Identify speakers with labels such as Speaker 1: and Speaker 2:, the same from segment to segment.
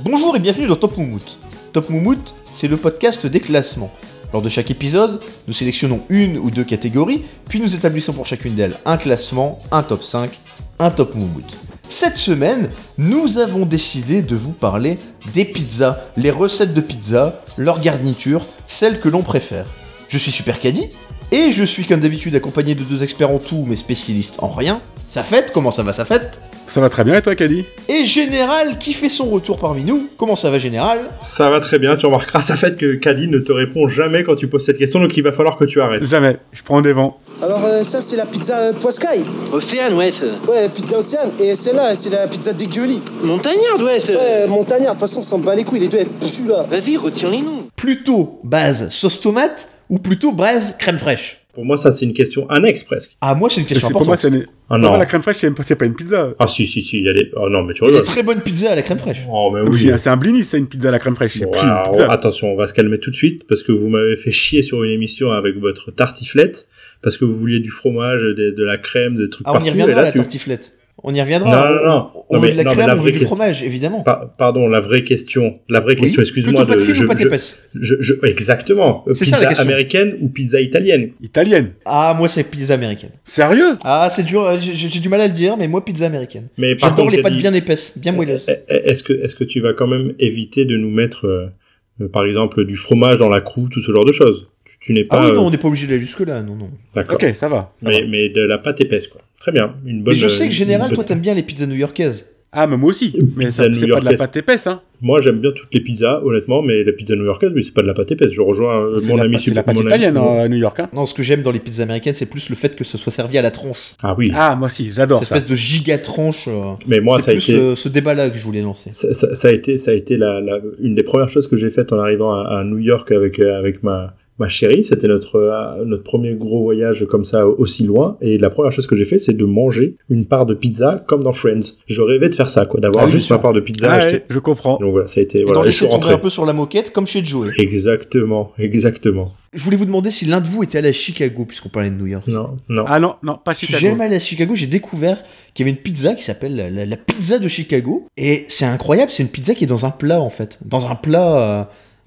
Speaker 1: Bonjour et bienvenue dans Top Moumout. Top Moumout, c'est le podcast des classements. Lors de chaque épisode, nous sélectionnons une ou deux catégories, puis nous établissons pour chacune d'elles un classement, un top 5, un top moumout. Cette semaine, nous avons décidé de vous parler des pizzas, les recettes de pizza, leurs garnitures, celles que l'on préfère. Je suis Super Caddy, et je suis comme d'habitude accompagné de deux experts en tout, mais spécialistes en rien. Sa fête, comment ça va sa fête
Speaker 2: Ça va très bien et toi, Caddy
Speaker 1: Et Général qui fait son retour parmi nous, comment ça va Général
Speaker 3: Ça va très bien, tu remarqueras ça fait que Caddy ne te répond jamais quand tu poses cette question, donc il va falloir que tu arrêtes.
Speaker 2: Jamais, je prends des vents.
Speaker 4: Alors euh, ça c'est la pizza euh, Poiscaille.
Speaker 5: Océane, ouais. ça.
Speaker 4: Ouais, pizza Océane. Et celle-là c'est la pizza dégueulie.
Speaker 5: Montagnarde, ouais. ça.
Speaker 4: Ouais, euh, montagnard, de toute façon on s'en bat les couilles, les deux elles puent là.
Speaker 5: Vas-y, retiens les noms.
Speaker 1: Plutôt base sauce tomate ou plutôt base crème fraîche
Speaker 3: Pour moi, ça c'est une question annexe presque.
Speaker 1: Ah moi c'est une
Speaker 2: Mais
Speaker 1: question
Speaker 2: c'est- Pour moi,
Speaker 1: importante.
Speaker 2: ça n'est-
Speaker 3: Ah
Speaker 2: Pour moi,
Speaker 3: non.
Speaker 2: la crème fraîche, c'est c'est pas une pizza.
Speaker 3: Ah si, si, si, il y a des. Oh non, mais
Speaker 1: Il y
Speaker 3: tu
Speaker 1: a
Speaker 3: rigoles.
Speaker 1: des très bonne pizza à la crème fraîche.
Speaker 3: Oh, mais
Speaker 2: Oui,
Speaker 3: oui.
Speaker 2: c'est- c'est un blinis, c'est une pizza à la crème fraîche. hein, C'est
Speaker 3: Bon,
Speaker 2: plus une
Speaker 3: alors,
Speaker 2: pizza.
Speaker 3: attention, on va se calmer tout de suite parce que vous m'avez fait chier sur une émission avec votre tartiflette parce que vous vouliez du fromage, des- de la crème, des trucs
Speaker 1: Ah on
Speaker 3: partout.
Speaker 1: y
Speaker 3: et
Speaker 1: reviendra
Speaker 3: là,
Speaker 1: la
Speaker 3: tu...
Speaker 1: tartiflette. On y reviendra.
Speaker 3: Non, non, non.
Speaker 1: On
Speaker 3: Non,
Speaker 1: veut
Speaker 3: mais-
Speaker 1: de la
Speaker 3: non, mais
Speaker 1: crème,
Speaker 3: la
Speaker 1: on veut
Speaker 3: vraie
Speaker 1: du
Speaker 3: question-
Speaker 1: fromage évidemment.
Speaker 3: Pa- pardon, la vraie question, la vraie question,
Speaker 1: Oui.
Speaker 3: excuse-moi
Speaker 1: Plutôt pas de fine
Speaker 3: je-
Speaker 1: ou pas
Speaker 3: je-
Speaker 1: d'épaisse
Speaker 3: je- je- exactement.
Speaker 1: C'est ça,
Speaker 3: Pizza
Speaker 1: la question.
Speaker 3: américaine ou pizza italienne
Speaker 2: Italienne.
Speaker 1: Ah moi c'est pizza américaine.
Speaker 2: Sérieux
Speaker 1: Ah c'est dur, euh, j'ai j'ai du mal à le dire mais moi pizza américaine.
Speaker 3: Mais par
Speaker 1: J'adore
Speaker 3: contre,
Speaker 1: les
Speaker 3: Caddy,
Speaker 1: pâtes bien épaisses, bien moelleuses.
Speaker 3: Eh, eh, Est-ce que, est-ce que tu vas quand même éviter de nous mettre, euh, euh, par exemple, du fromage dans la croûte ou ce genre de choses Tu, tu n'es
Speaker 1: Ah
Speaker 3: pas.
Speaker 1: oui non
Speaker 3: euh,
Speaker 1: on n'est pas obligé d'aller jusque là non non.
Speaker 3: D'accord.
Speaker 2: Ok, ça va. ça
Speaker 3: Mais,
Speaker 2: va.
Speaker 3: mais de la pâte épaisse, quoi. Très bien. Une bonne.
Speaker 1: mais je
Speaker 3: euh,
Speaker 1: sais que
Speaker 3: une
Speaker 1: général toi
Speaker 3: bonne-
Speaker 1: t'aimes bien les pizzas new-yorkaises.
Speaker 2: Ah, mais moi aussi. Mais ça- c'est pas de la
Speaker 3: new-yorkaise.
Speaker 2: pâte épaisse, hein.
Speaker 3: Moi, j'aime bien toutes les pizzas, honnêtement, mais la pizza new-yorkaise, mais c'est pas de la pâte épaisse. Je rejoins euh,
Speaker 2: C'est
Speaker 3: mon
Speaker 2: de la
Speaker 3: ami
Speaker 2: pâte- c'est de la
Speaker 3: Super-
Speaker 2: pâte
Speaker 3: mon ami-
Speaker 2: italienne euh, à New York, hein.
Speaker 1: Non ce que j'aime dans les pizzas américaines c'est plus le fait que ce soit servi à la tronche.
Speaker 3: Ah oui.
Speaker 2: Ah, moi aussi, j'adore
Speaker 1: Cette
Speaker 2: ça.
Speaker 1: espèce de giga tranche. euh,
Speaker 3: Mais moi, ça
Speaker 1: c'est
Speaker 3: a
Speaker 1: plus
Speaker 3: été.
Speaker 1: euh, ce débat là que je voulais lancer.
Speaker 3: Ça, ça- ça a été, ça a été la, la- une des premières choses que j'ai faites en arrivant à, à New York avec, euh, avec ma, ma chérie. C'était notre, euh, notre premier gros voyage comme ça aussi loin. Et la première chose que j'ai fait, c'est de manger une part de pizza comme dans Friends. Je rêvais de faire ça, quoi, d'avoir
Speaker 1: Ah oui,
Speaker 3: juste
Speaker 1: bien
Speaker 3: ma part de pizza
Speaker 2: Ah,
Speaker 3: achetée.
Speaker 2: ouais, je comprends.
Speaker 3: Donc voilà, ça a été.
Speaker 1: et dans
Speaker 3: Voilà, et
Speaker 1: les
Speaker 3: je suis
Speaker 1: choses, on
Speaker 3: rentré.
Speaker 1: un peu sur la moquette, comme chez Joey.
Speaker 3: Exactement, exactement.
Speaker 1: Je voulais vous demander si l'un de vous était allé à Chicago, puisqu'on parlait de New York.
Speaker 3: Non, non.
Speaker 2: Ah non, non, pas
Speaker 1: Je suis jamais
Speaker 2: Chicago.
Speaker 1: allé à Chicago, j'ai découvert qu'il y avait une pizza qui s'appelle la, la- la pizza de Chicago. Et c'est incroyable, c'est une pizza qui est dans un plat, en fait. Dans un plat... euh,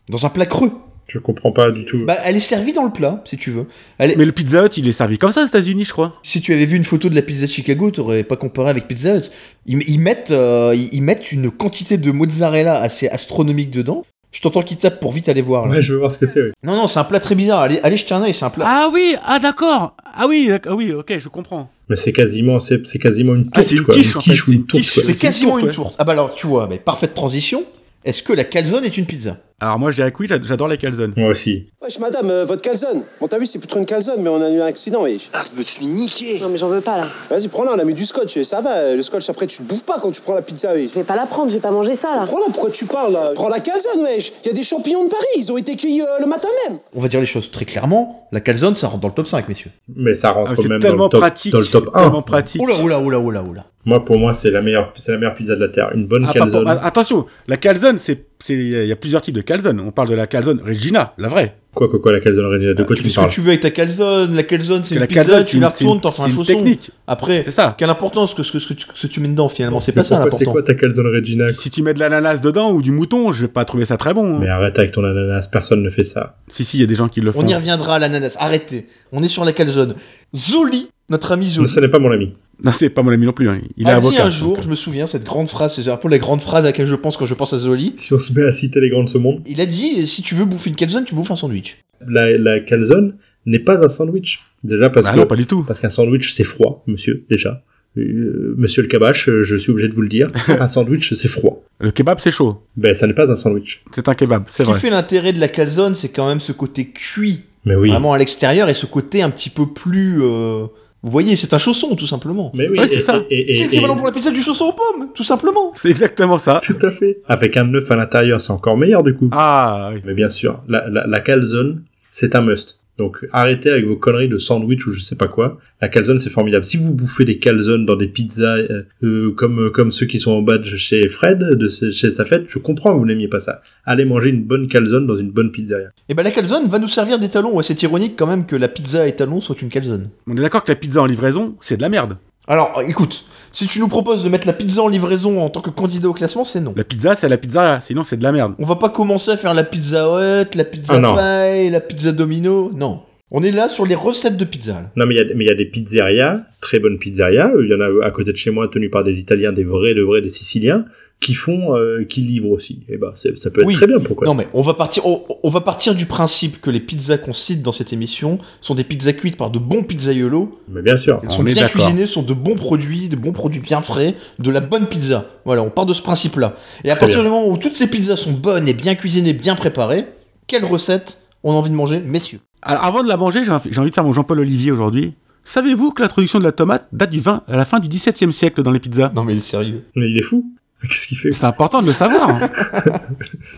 Speaker 1: dans un plat creux.
Speaker 3: Je comprends pas du tout.
Speaker 1: Bah, elle est servie dans le plat, si tu veux. Elle est-
Speaker 2: Mais le Pizza Hut, il est servi comme ça aux États-Unis, je crois.
Speaker 1: Si tu avais vu une photo de la pizza de Chicago, t'aurais pas comparé avec Pizza Hut. Ils, ils mettent, euh, ils, ils mettent une quantité de mozzarella assez astronomique dedans. Je t'entends qui tape pour vite aller voir. là.
Speaker 3: Ouais, je veux voir ce que c'est. oui.
Speaker 1: Non, non, c'est un plat très bizarre. Allez, allez jeter un œil, c'est un plat.
Speaker 2: Ah oui, ah d'accord. Ah oui, d'ac- ah oui, ok, je comprends.
Speaker 3: Mais c'est quasiment, c'est c'est quasiment une tourte,
Speaker 2: Ah, c'est une
Speaker 3: quoi.
Speaker 2: quiche, en fait,
Speaker 3: ou
Speaker 2: c'est
Speaker 3: une
Speaker 2: une
Speaker 3: tourte.
Speaker 2: quiche.
Speaker 3: quoi.
Speaker 1: c'est
Speaker 2: une
Speaker 1: quasiment
Speaker 2: tourte,
Speaker 1: une tourte,
Speaker 2: ouais.
Speaker 1: Ah bah alors, tu vois, mais parfaite transition. Est-ce que la calzone est une pizza
Speaker 2: Alors moi, je dirais que oui, j'ad- j'adore les calzones.
Speaker 3: Moi aussi.
Speaker 4: Wesh madame, euh, votre calzone. Bon t'as vu c'est plus trop une calzone mais on a eu un accident wesh.
Speaker 5: Ah, je me suis niqué.
Speaker 6: Non mais j'en veux pas là.
Speaker 4: Vas-y prends-la, on a mis du scotch, euh, ça va, euh, le scotch après tu le bouffes pas quand tu prends la pizza wesh.
Speaker 6: Je vais pas la prendre, je vais pas manger ça là.
Speaker 4: Prends-la, pourquoi tu parles là Prends la calzone wesh Y a des champignons de Paris, ils ont été cueillis euh, le matin même
Speaker 1: On va dire les choses très clairement. La calzone, ça rentre dans le top 5, messieurs.
Speaker 3: Mais ça rentre
Speaker 2: Ah,
Speaker 3: même
Speaker 2: c'est
Speaker 3: dans
Speaker 2: tellement
Speaker 3: le top,
Speaker 2: pratique.
Speaker 3: dans le top
Speaker 2: c'est
Speaker 3: 1.
Speaker 2: Tellement pratique.
Speaker 1: Oula, oula, oula, oula, oula.
Speaker 3: Moi, pour moi, c'est la meilleure, c'est la meilleure pizza de la terre. Une bonne
Speaker 2: Ah, pas
Speaker 3: calzone.
Speaker 2: pour- ah, attention, la calzone, c'est, c'est, il y a plusieurs types de calzone. On parle de la calzone Regina, la vraie.
Speaker 3: Quoi, quoi, quoi, la calzone Regina De quoi
Speaker 1: tu
Speaker 3: tu
Speaker 1: fais
Speaker 3: me
Speaker 1: ce que
Speaker 3: parles
Speaker 1: tu veux avec ta calzone. La calzone, c'est
Speaker 2: Parce que
Speaker 1: une pizza,
Speaker 2: la calzone, c'est
Speaker 1: tu
Speaker 2: une-
Speaker 1: la
Speaker 2: c'est une-
Speaker 1: retournes, t'en fais un
Speaker 2: c'est une
Speaker 1: chausson.
Speaker 2: technique.
Speaker 1: Après,
Speaker 2: C'est ça.
Speaker 1: quelle importance que ce que, ce que tu, ce que tu mets dedans finalement C'est
Speaker 3: Mais
Speaker 1: pas ça
Speaker 3: pourquoi- C'est
Speaker 1: l'important.
Speaker 3: quoi ta calzone Regina
Speaker 2: Si tu mets de l'ananas dedans ou du mouton, je vais pas trouver ça très bon. hein.
Speaker 3: Mais arrête avec ton ananas, personne ne fait ça.
Speaker 2: Si, si, il y a des gens qui le font.
Speaker 1: On y reviendra à l'ananas. Arrêtez. On est sur la calzone. Zoli, notre ami Zoli.
Speaker 3: Ce n'est pas mon ami.
Speaker 2: Non, c'est pas mon ami non plus. hein. Il est
Speaker 1: a dit
Speaker 2: avocat.
Speaker 1: un jour,
Speaker 2: donc,
Speaker 1: je me souviens, cette grande phrase, c'est un peu la grande phrase à laquelle je pense quand je pense à Zoli.
Speaker 3: Si on se met à citer les grands de ce monde,
Speaker 1: Il a dit si tu veux bouffer une calzone, tu bouffes un sandwich.
Speaker 3: la, la calzone n'est pas un sandwich. Déjà parce
Speaker 2: Bah
Speaker 3: que
Speaker 2: non, pas du tout.
Speaker 3: parce qu'un sandwich c'est froid, monsieur. Déjà, Euh, monsieur le cabache, euh, je suis obligé de vous le dire. un sandwich c'est froid.
Speaker 2: Le kebab, c'est chaud.
Speaker 3: Ben ça n'est pas un sandwich.
Speaker 2: C'est un kebab,
Speaker 1: Ce
Speaker 2: c'est
Speaker 1: qui
Speaker 2: vrai.
Speaker 1: fait l'intérêt de la calzone, c'est quand même ce côté cuit,
Speaker 3: Mais oui.
Speaker 1: vraiment à l'extérieur, et ce côté un petit peu plus. euh, Vous voyez, c'est un chausson, tout simplement.
Speaker 3: Mais oui.
Speaker 2: Ouais, c'est
Speaker 3: et-
Speaker 2: ça.
Speaker 3: et- et-
Speaker 1: C'est
Speaker 3: et-
Speaker 1: l'équivalent pour la pizza du chausson aux pommes, tout simplement.
Speaker 2: C'est exactement ça.
Speaker 3: Tout à fait. Avec un œuf à l'intérieur, c'est encore meilleur du coup.
Speaker 2: Ah, oui.
Speaker 3: Mais bien sûr, la, la, la calzone, c'est un must. Donc arrêtez avec vos conneries de sandwich ou je sais pas quoi. La calzone, c'est formidable. Si vous bouffez des calzones dans des pizzas euh, euh, comme euh, comme ceux qui sont en bas de chez Fred, de ce- chez sa fête, je comprends que vous n'aimiez pas ça. Allez manger une bonne calzone dans une bonne pizzeria.
Speaker 1: Et ben la calzone va nous servir d'étalon. Ouais, c'est ironique quand même que la pizza étalon soit une calzone.
Speaker 2: on est d'accord que la pizza en livraison, c'est de la merde.
Speaker 1: Alors, écoute, si tu nous proposes de mettre la pizza en livraison en tant que candidat au classement, c'est non.
Speaker 2: La pizza, c'est la pizza, sinon c'est de la merde.
Speaker 1: On va pas commencer à faire la pizza hut, la pizza
Speaker 3: Ah non.
Speaker 1: pie, la pizza domino, non. On est là sur les recettes de pizza. là.
Speaker 3: Non, mais il y a- mais il y, a des pizzerias, très bonnes pizzerias. Euh, Il y en a à côté de chez moi, tenues par des Italiens, des vrais, de vrais, des Siciliens, qui font, euh, qui livrent aussi. Et ben, c'est- ça peut être
Speaker 1: Oui.
Speaker 3: très bien, pourquoi
Speaker 1: Non mais on va partir, on, on va partir du principe que les pizzas qu'on cite dans cette émission sont des pizzas cuites par de bons pizzaiolos,
Speaker 3: Mais bien sûr.
Speaker 1: elles
Speaker 2: On
Speaker 1: sont
Speaker 2: est
Speaker 1: bien
Speaker 2: d'accord.
Speaker 1: cuisinées, sont de bons produits, de bons produits bien frais, de la bonne pizza. Voilà, on part de ce principe-là. Et à
Speaker 3: Très
Speaker 1: partir du moment où toutes ces pizzas sont bonnes et bien cuisinées, bien préparées, quelle recette on a envie de manger, messieurs
Speaker 2: Alors, avant de la manger, j'ai envie j'ai envie de faire mon Jean-Paul Olivier aujourd'hui. Savez-vous que l'introduction de la tomate date du 20 à la fin du XVIIe siècle dans les pizzas
Speaker 1: Non mais sérieux.
Speaker 3: Mais il est fou. Qu'est-ce qu'il fait
Speaker 2: C'est important de le savoir. hein.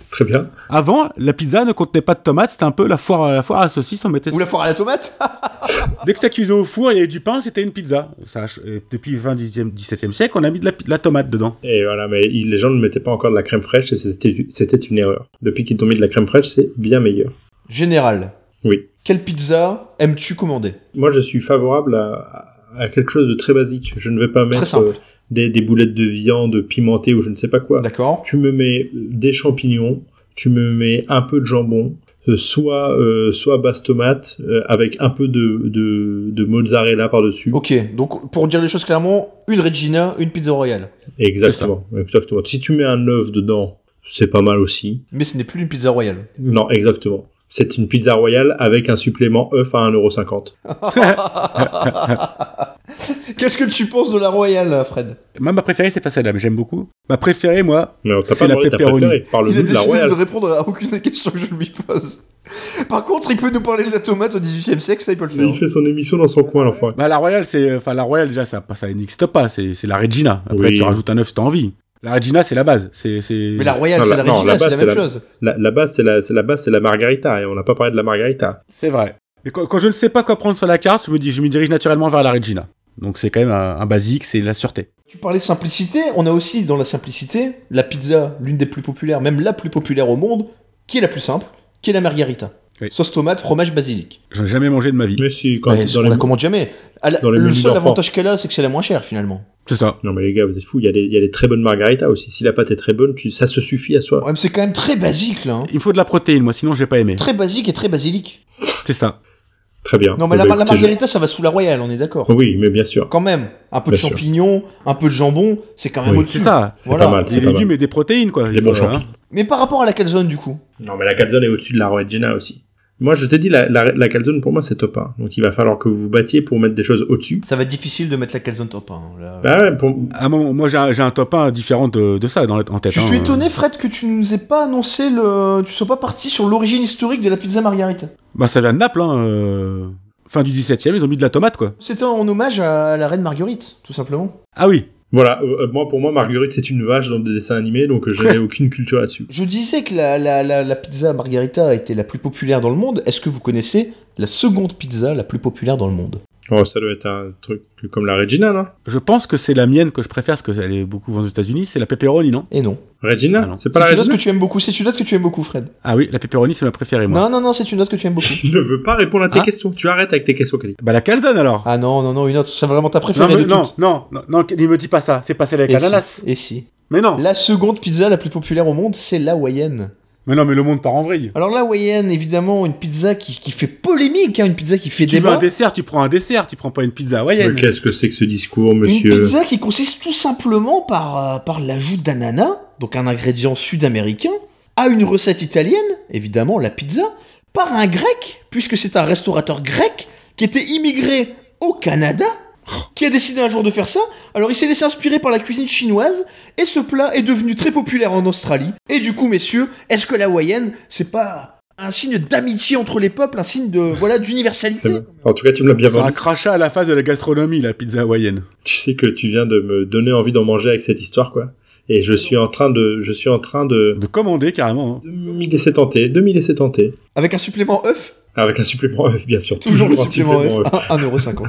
Speaker 3: Très bien.
Speaker 2: Avant, la pizza ne contenait pas de tomates, c'était un peu la foire, la foire à la saucisse, on mettait
Speaker 1: Ou la foire à la tomate
Speaker 2: Dès que ça cuisait au four, il y avait du pain, c'était une pizza. Ça, a ch- euh, depuis le 20 17e siècle, on a mis de la, pi- de la tomate dedans.
Speaker 3: Et voilà, mais il- les gens ne mettaient pas encore de la crème fraîche et c'était c'était une erreur. Depuis qu'ils ont mis de la crème fraîche, c'est bien meilleur.
Speaker 1: Général.
Speaker 3: Oui.
Speaker 1: Quelle pizza aimes-tu commander
Speaker 3: Moi, je suis favorable à, à quelque chose de très basique. Je ne vais pas
Speaker 1: Très
Speaker 3: mettre
Speaker 1: simple.
Speaker 3: euh, des, des boulettes de viande pimentées ou je ne sais pas quoi.
Speaker 1: D'accord.
Speaker 3: Tu me mets des champignons, tu me mets un peu de jambon, euh, soit, euh, soit basse tomate euh, avec un peu de, de, de mozzarella par-dessus.
Speaker 1: Ok, donc pour dire les choses clairement, une Regina, une pizza royale.
Speaker 3: Exactement. Exactement. Si tu mets un œuf dedans, c'est pas mal aussi.
Speaker 1: Mais ce n'est plus une pizza royale.
Speaker 3: Non, exactement. C'est une pizza royale avec un supplément œuf à 1,50€.
Speaker 1: Qu'est-ce que tu penses de la royale, Fred
Speaker 2: Moi, ma préférée, c'est pas celle-là, mais j'aime beaucoup. Ma préférée, moi,
Speaker 3: Mais t'as
Speaker 2: C'est
Speaker 3: pas
Speaker 2: la
Speaker 3: demandé ta
Speaker 2: pepperoni.
Speaker 3: préférée.
Speaker 1: Il
Speaker 3: Parle-nous
Speaker 1: a
Speaker 3: de la
Speaker 1: décidé
Speaker 3: royale.
Speaker 1: de répondre à aucune des questions que je lui pose. Par contre, il peut nous parler de la tomate au 18 e siècle, ça il peut le
Speaker 3: Il
Speaker 1: faire.
Speaker 3: fait son émission dans son coin, l'enfant.
Speaker 2: bah, la royale, c'est, enfin, la royale, déjà, ça, ça n'existe pas, c'est, c'est la Regina. Après,
Speaker 3: Oui.
Speaker 2: tu rajoutes un œuf si t'as envie. La Regina, c'est la base. C'est, c'est...
Speaker 1: Mais la royale,
Speaker 3: Non,
Speaker 1: c'est
Speaker 3: la-
Speaker 1: la
Speaker 3: non,
Speaker 1: Regina,
Speaker 3: là-bas,
Speaker 1: c'est la
Speaker 3: c'est
Speaker 1: même
Speaker 3: la-
Speaker 1: chose.
Speaker 3: La, la base, c'est la, c'est la base, c'est la margarita. Et on n'a pas parlé de la margarita.
Speaker 2: c'est vrai. Mais quand, quand je ne sais pas quoi prendre sur la carte, je me dis, je me dirige naturellement vers la Regina. Donc, c'est quand même un, un basique, c'est la sûreté.
Speaker 1: Tu parlais de simplicité, on a aussi dans la simplicité la pizza, l'une des plus populaires, même la plus populaire au monde, qui est la plus simple, qui est la margarita.
Speaker 2: Oui.
Speaker 1: Sauce tomate, fromage, basilic.
Speaker 2: J'en ai jamais mangé de ma vie.
Speaker 3: Mais si, quand
Speaker 1: Ouais,
Speaker 3: dans
Speaker 1: on
Speaker 3: les-
Speaker 1: la commande jamais. À la-
Speaker 3: dans les
Speaker 1: le
Speaker 3: menus
Speaker 1: seul
Speaker 3: d'enfants.
Speaker 1: avantage qu'elle a, c'est que c'est la moins chère finalement.
Speaker 2: C'est ça.
Speaker 3: Non, mais les gars, vous êtes fous. Il y, a des- il y a des très bonnes margaritas aussi. Si la pâte est très bonne, tu- ça se suffit à soi.
Speaker 1: Ouais, mais c'est quand même très basique là. hein.
Speaker 2: Il me faut de la protéine, moi, sinon, j'ai pas aimé.
Speaker 1: Très basique et très basilic.
Speaker 2: C'est ça.
Speaker 3: Très bien.
Speaker 1: Non, mais
Speaker 3: Eh
Speaker 1: la,
Speaker 3: ben,
Speaker 1: la
Speaker 3: écoutez, je-
Speaker 1: margarita, ça va sous la royale, on est d'accord.
Speaker 3: Oui, mais bien sûr.
Speaker 1: Quand même, un peu de
Speaker 3: Bien sûr.
Speaker 1: champignons, un peu de jambon, c'est quand même
Speaker 3: Oui.
Speaker 1: au-dessus.
Speaker 2: Ah, C'est ça.
Speaker 3: C'est
Speaker 1: Voilà.
Speaker 3: pas mal.
Speaker 2: Des
Speaker 3: C'est pas
Speaker 2: légumes
Speaker 3: mal.
Speaker 2: et des protéines, quoi.
Speaker 3: Des
Speaker 2: Il
Speaker 3: bons
Speaker 2: faut-
Speaker 3: champignons.
Speaker 2: hein.
Speaker 1: Mais par rapport à la calzone, du coup,
Speaker 3: Non, mais la calzone est au-dessus de la Regina aussi. Moi, je t'ai dit, la, la, la calzone, pour moi, c'est top 1. Donc, il va falloir que vous vous battiez pour mettre des choses au-dessus.
Speaker 1: ça va être difficile de mettre la calzone top 1. là.
Speaker 3: Bah ouais, pour-
Speaker 2: Ah, moi, moi, j'ai un, j'ai un top 1 différent de, de ça dans la, en tête.
Speaker 1: Je
Speaker 2: hein.
Speaker 1: suis étonné,
Speaker 3: euh.
Speaker 1: Fred, que tu nous aies pas annoncé le. Tu sois pas parti sur l'origine historique de la pizza margarita.
Speaker 2: Bah, ça vient de Naples, hein. euh, Fin du 17e, ils ont mis de la tomate, quoi.
Speaker 1: C'était en hommage à la reine Marguerite, tout simplement.
Speaker 2: Ah oui.
Speaker 3: Voilà, euh, euh, moi pour moi Marguerite c'est une vache dans des dessins animés, donc euh, je n'ai aucune culture là-dessus.
Speaker 1: Je disais que la, la, la, la pizza margarita était la plus populaire dans le monde. Est-ce que vous connaissez la seconde pizza la plus populaire dans le monde
Speaker 3: Oh, ça doit être un truc comme la Regina, non
Speaker 2: Je pense que c'est la mienne que je préfère, parce qu'elle est beaucoup vendue aux États-Unis. C'est la pepperoni, non
Speaker 1: Et Eh non.
Speaker 3: Regina
Speaker 2: Ah non.
Speaker 3: C'est pas la
Speaker 1: C'est une note
Speaker 3: Regina
Speaker 1: que tu aimes beaucoup. C'est une note que tu aimes beaucoup, Fred.
Speaker 2: Ah oui, la pepperoni, c'est ma préférée, moi.
Speaker 1: Non, non, non, c'est une note que tu aimes beaucoup.
Speaker 3: Je ne veux pas répondre à tes
Speaker 2: Ah.
Speaker 3: questions. Tu arrêtes avec tes questions, Kali.
Speaker 2: Bah, la calzone, alors.
Speaker 1: Ah non, non, non, une autre. C'est vraiment ta
Speaker 2: non,
Speaker 1: préférée
Speaker 2: mais-
Speaker 1: de
Speaker 2: non,
Speaker 1: toutes.
Speaker 2: non, non, non, ne me dis pas ça. C'est pas celle avec
Speaker 1: Et
Speaker 2: l'ananas.
Speaker 1: si, et si.
Speaker 2: Mais non.
Speaker 1: La seconde pizza la plus populaire au monde, c'est la Hawaïenne.
Speaker 2: Mais non, mais le monde part en vrille.
Speaker 1: Alors la Hawaïenne, évidemment, une pizza qui, qui fait polémique, hein, une pizza qui fait
Speaker 2: Tu veux
Speaker 1: débat.
Speaker 2: un dessert, tu prends un dessert, tu prends pas une pizza
Speaker 3: Mais
Speaker 2: hawaïenne.
Speaker 3: Euh, qu'est-ce que c'est que ce discours,
Speaker 1: Une
Speaker 3: monsieur
Speaker 1: pizza qui consiste tout simplement par, euh, par l'ajout d'ananas, donc un ingrédient sud-américain, à une recette italienne, évidemment la pizza, par un grec, puisque c'est un restaurateur grec qui était immigré au Canada, qui a décidé un jour de faire ça. Alors il s'est laissé inspirer par la cuisine chinoise, et ce plat est devenu très populaire en Australie. Et du coup, messieurs, est-ce que la hawaïenne, c'est pas un signe d'amitié entre les peuples, un signe de voilà
Speaker 3: C'est
Speaker 1: d'universalité
Speaker 3: bon. En tout cas, tu me l'as bien
Speaker 2: C'est un
Speaker 3: vendu.
Speaker 2: crachat à la phase de la gastronomie, la pizza hawaïenne.
Speaker 3: Tu sais que tu viens de me donner envie d'en manger avec cette histoire, quoi. Et je suis en train de, je suis en train de,
Speaker 2: De commander, carrément. hein.
Speaker 3: de m'y laisser tenter, de m'y laisser tenter, Ah,
Speaker 1: Avec un supplément œuf
Speaker 3: avec un supplément œuf, bien sûr.
Speaker 1: Toujours le
Speaker 3: un
Speaker 1: supplément F, 1,50€.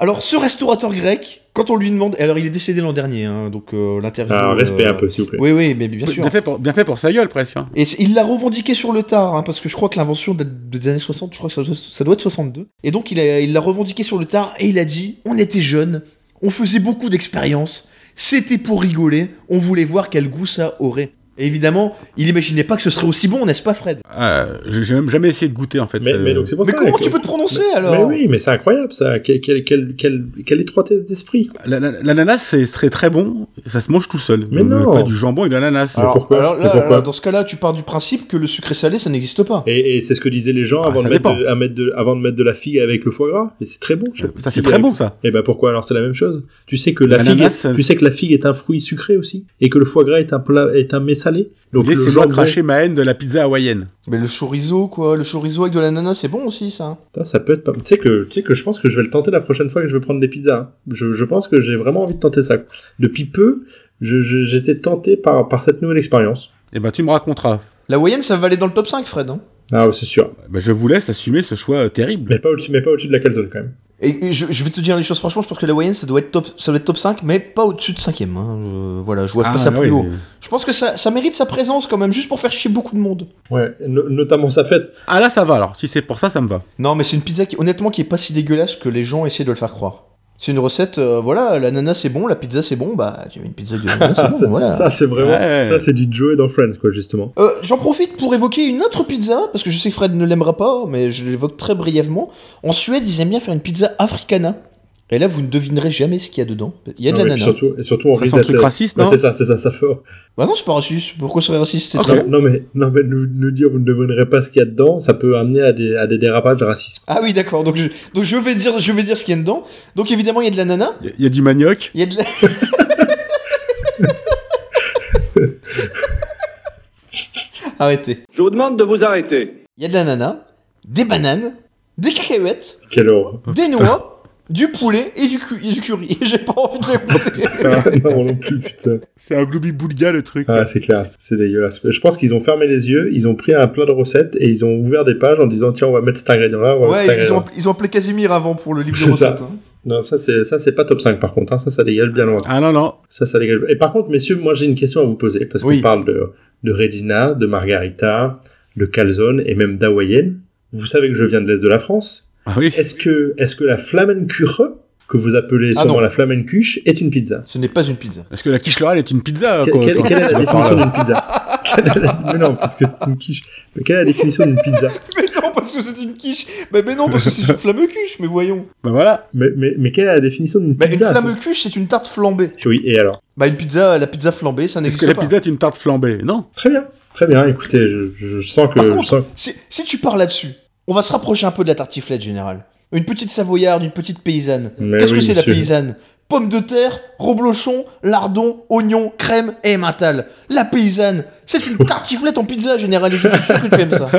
Speaker 1: alors, ce restaurateur grec, quand on lui demande. Alors, il est décédé l'an dernier, hein, donc euh, l'interview.
Speaker 3: Alors, Ah, respect
Speaker 1: euh,
Speaker 3: un peu, s'il vous plaît.
Speaker 1: Oui, oui, mais bien sûr.
Speaker 2: Bien fait, pour, bien fait pour sa gueule, presque. hein.
Speaker 1: Et c- il l'a revendiqué sur le tard, hein, parce que je crois que l'invention date des années 60, je crois que ça, doit- ça doit être 62. Et donc, il a- il l'a revendiqué sur le tard et il a dit on était jeunes, On faisait beaucoup d'expériences, c'était pour rigoler, on voulait voir quel goût ça aurait. Et évidemment, il imaginait pas que ce serait aussi bon, n'est-ce pas Fred
Speaker 2: Ah, j'ai j'ai même jamais essayé de goûter en fait.
Speaker 3: Mais,
Speaker 2: ça-
Speaker 3: mais donc c'est pour
Speaker 1: Mais
Speaker 3: ça.
Speaker 1: comment
Speaker 3: que-
Speaker 1: tu peux te prononcer
Speaker 3: mais,
Speaker 1: alors
Speaker 3: Mais oui, mais c'est incroyable ça. Quelle, quelle, quelle, quelle, quelle étroitesse d'esprit. quoi.
Speaker 2: La- la- L'ananas, c'est très très bon, ça se mange tout seul.
Speaker 3: Mais
Speaker 2: Euh,
Speaker 3: non.
Speaker 2: Pas du jambon et de l'ananas. Euh,
Speaker 3: Alors, pourquoi
Speaker 1: alors là,
Speaker 3: Mais pourquoi
Speaker 1: là, dans ce cas-là, tu pars du principe que le sucré salé, ça n'existe pas.
Speaker 3: Et, et c'est ce que disaient les gens
Speaker 2: Ah,
Speaker 3: avant,
Speaker 2: ça
Speaker 3: de mettre
Speaker 2: dépend.
Speaker 3: de, à mettre de, avant de mettre de la figue avec le foie gras. Et c'est très bon.
Speaker 2: Ça, c'est très bon ça.
Speaker 3: Et ben pourquoi alors c'est la même chose Tu sais que la figue,
Speaker 2: L'ananas,
Speaker 3: est-
Speaker 2: ça-
Speaker 3: tu sais que la figue est un fruit sucré aussi, et que le foie gras est un plat, est un mets salé. Donc le
Speaker 2: Laissez-moi
Speaker 3: jambon-
Speaker 2: cracher ma haine de la pizza hawaïenne.
Speaker 1: Mais le chorizo, quoi, le chorizo avec de l'ananas, c'est bon aussi, ça.
Speaker 3: Putain, ça peut être pas. Tu sais que, tu sais que je pense que je vais le tenter la prochaine fois que je vais prendre des pizzas. hein. Je, je pense que j'ai vraiment envie de tenter ça. Depuis peu, je- je- j'étais tenté par, par cette nouvelle expérience.
Speaker 2: Eh ben, tu me raconteras.
Speaker 1: La Wayenne, ça va aller dans le top 5, Fred. hein.
Speaker 3: Ah ouais, c'est sûr.
Speaker 2: Ben, je vous laisse assumer ce choix euh, terrible.
Speaker 3: Mais pas au-dessus, mais pas au-dessus de la calzone quand même.
Speaker 1: et, et je, je vais te dire les choses franchement, je pense que la Wayenne, ça doit être top, ça doit être top 5, mais pas au-dessus de 5ème. hein. Je- voilà, je vois
Speaker 3: Ah
Speaker 1: pas ça
Speaker 2: mais
Speaker 1: plus
Speaker 2: Ah, bah oui,
Speaker 1: haut.
Speaker 2: mais-
Speaker 1: Je pense que ça, ça mérite sa présence quand même, juste pour faire chier beaucoup de monde.
Speaker 3: Ouais, no- notamment sa fête.
Speaker 2: Ah là, ça va alors. Si c'est pour ça, ça me va.
Speaker 1: Non, mais c'est une pizza qui, honnêtement, qui est pas si dégueulasse que les gens essaient de le faire croire. C'est une recette, euh, voilà, l'ananas c'est bon, la pizza c'est bon, bah, tu veux une pizza de l'ananas, c'est
Speaker 3: Ah,
Speaker 1: bon,
Speaker 3: ça,
Speaker 1: voilà.
Speaker 3: ça, c'est vraiment,
Speaker 2: Ouais.
Speaker 3: ça c'est du Joey dans Friends quoi justement.
Speaker 1: Euh, J'en profite pour évoquer une autre pizza, parce que je sais que Fred ne l'aimera pas, mais je l'évoque très brièvement. En Suède, ils aiment bien faire une pizza africana. Et là, vous ne devinerez jamais ce qu'il y a dedans. Il y a de
Speaker 3: Ah ouais, puis
Speaker 1: l'ananas.
Speaker 3: surtout, et surtout on
Speaker 2: Ça
Speaker 3: risque
Speaker 2: sent un truc
Speaker 3: d'être-
Speaker 2: raciste,
Speaker 3: Ouais,
Speaker 2: non
Speaker 3: c'est ça, c'est ça, ça fait.
Speaker 1: Bah non, c'est pas raciste. Pourquoi ce serait raciste C'est
Speaker 2: Ok.
Speaker 1: très bon.
Speaker 3: Non, non, mais, non, mais nous, nous dire vous ne devinerez pas ce qu'il y a dedans, ça peut amener à des, à des dérapages racistes.
Speaker 1: Ah oui, d'accord. Donc, je, donc je, vais dire, je vais dire ce qu'il y a dedans. Donc évidemment, il y a de l'ananas.
Speaker 2: Il y a du manioc.
Speaker 1: Il y a de la... Arrêtez.
Speaker 7: Je vous demande de vous arrêter.
Speaker 1: Il y a de l'ananas, des bananes, des cacahuètes,
Speaker 3: Quelle horreur.
Speaker 1: des noix, du poulet et du, cu- et du curry. J'ai pas envie de les goûter.
Speaker 3: Ah, non, non plus, putain.
Speaker 2: C'est un gloubi boulga le truc.
Speaker 3: Ah, c'est clair, c'est dégueulasse. Je pense qu'ils ont fermé les yeux, ils ont pris un plat de recettes et ils ont ouvert des pages en disant tiens, on va mettre cet ingrédient là, on va mettre cet
Speaker 1: Ouais, ils
Speaker 3: ingrédient.
Speaker 1: ont, ils ont appelé Casimir avant pour le livre de
Speaker 3: C'est ça.
Speaker 1: recettes. hein.
Speaker 3: Non, ça c'est, ça, c'est pas top 5 par contre, hein. ça, ça dégage bien loin.
Speaker 2: Ah non, non.
Speaker 3: Ça, ça dégage. Et par contre, messieurs, moi j'ai une question à vous poser parce
Speaker 1: Oui.
Speaker 3: qu'on parle de, de Regina, de Margarita, de Calzone et même d'Hawaïenne. Vous savez que je viens de l'Est de la France.
Speaker 2: Ah oui.
Speaker 3: Est-ce que, est-ce que la flamencure, que vous appelez
Speaker 1: Ah
Speaker 3: sûrement
Speaker 1: non.
Speaker 3: la flamencuche, est une pizza
Speaker 1: Ce n'est pas une pizza.
Speaker 2: Parce que la quiche lorale est une
Speaker 1: Ah,
Speaker 2: pizza.
Speaker 3: Que-
Speaker 2: quoi,
Speaker 3: quelle,
Speaker 2: autant
Speaker 3: quelle est
Speaker 2: que
Speaker 3: la
Speaker 2: ça
Speaker 3: définition
Speaker 2: parle.
Speaker 3: d'une pizza Quelle est la- Mais non, parce que c'est une quiche. Mais quelle est la définition d'une pizza
Speaker 1: Mais non, parce que c'est une quiche. Mais, mais non, parce que c'est une flamme cuche. Mais voyons.
Speaker 2: Bah voilà.
Speaker 3: mais, mais, mais quelle est la définition d'une
Speaker 1: Bah,
Speaker 3: pizza
Speaker 1: une flamme cuche, c'est une tarte flambée.
Speaker 3: Oui, et alors
Speaker 1: Bah, une pizza, la pizza flambée, ça
Speaker 2: Est-ce
Speaker 1: n'existe
Speaker 2: que la
Speaker 1: pas.
Speaker 2: pizza est une tarte flambée Non.
Speaker 3: Très bien, très bien. Écoutez, je, je- je sens que.
Speaker 1: Par
Speaker 3: je
Speaker 1: contre-
Speaker 3: sens que-
Speaker 1: Si, si tu pars là-dessus, on va se rapprocher un peu de la tartiflette générale. Une petite savoyarde, une petite paysanne.
Speaker 3: Mais
Speaker 1: Qu'est-ce
Speaker 3: oui,
Speaker 1: que c'est la
Speaker 3: monsieur.
Speaker 1: paysanne Pommes de terre, reblochon, lardon, oignon, crème et mental. La paysanne, c'est une tartiflette en pizza générale. Et je suis sûr que tu aimes ça.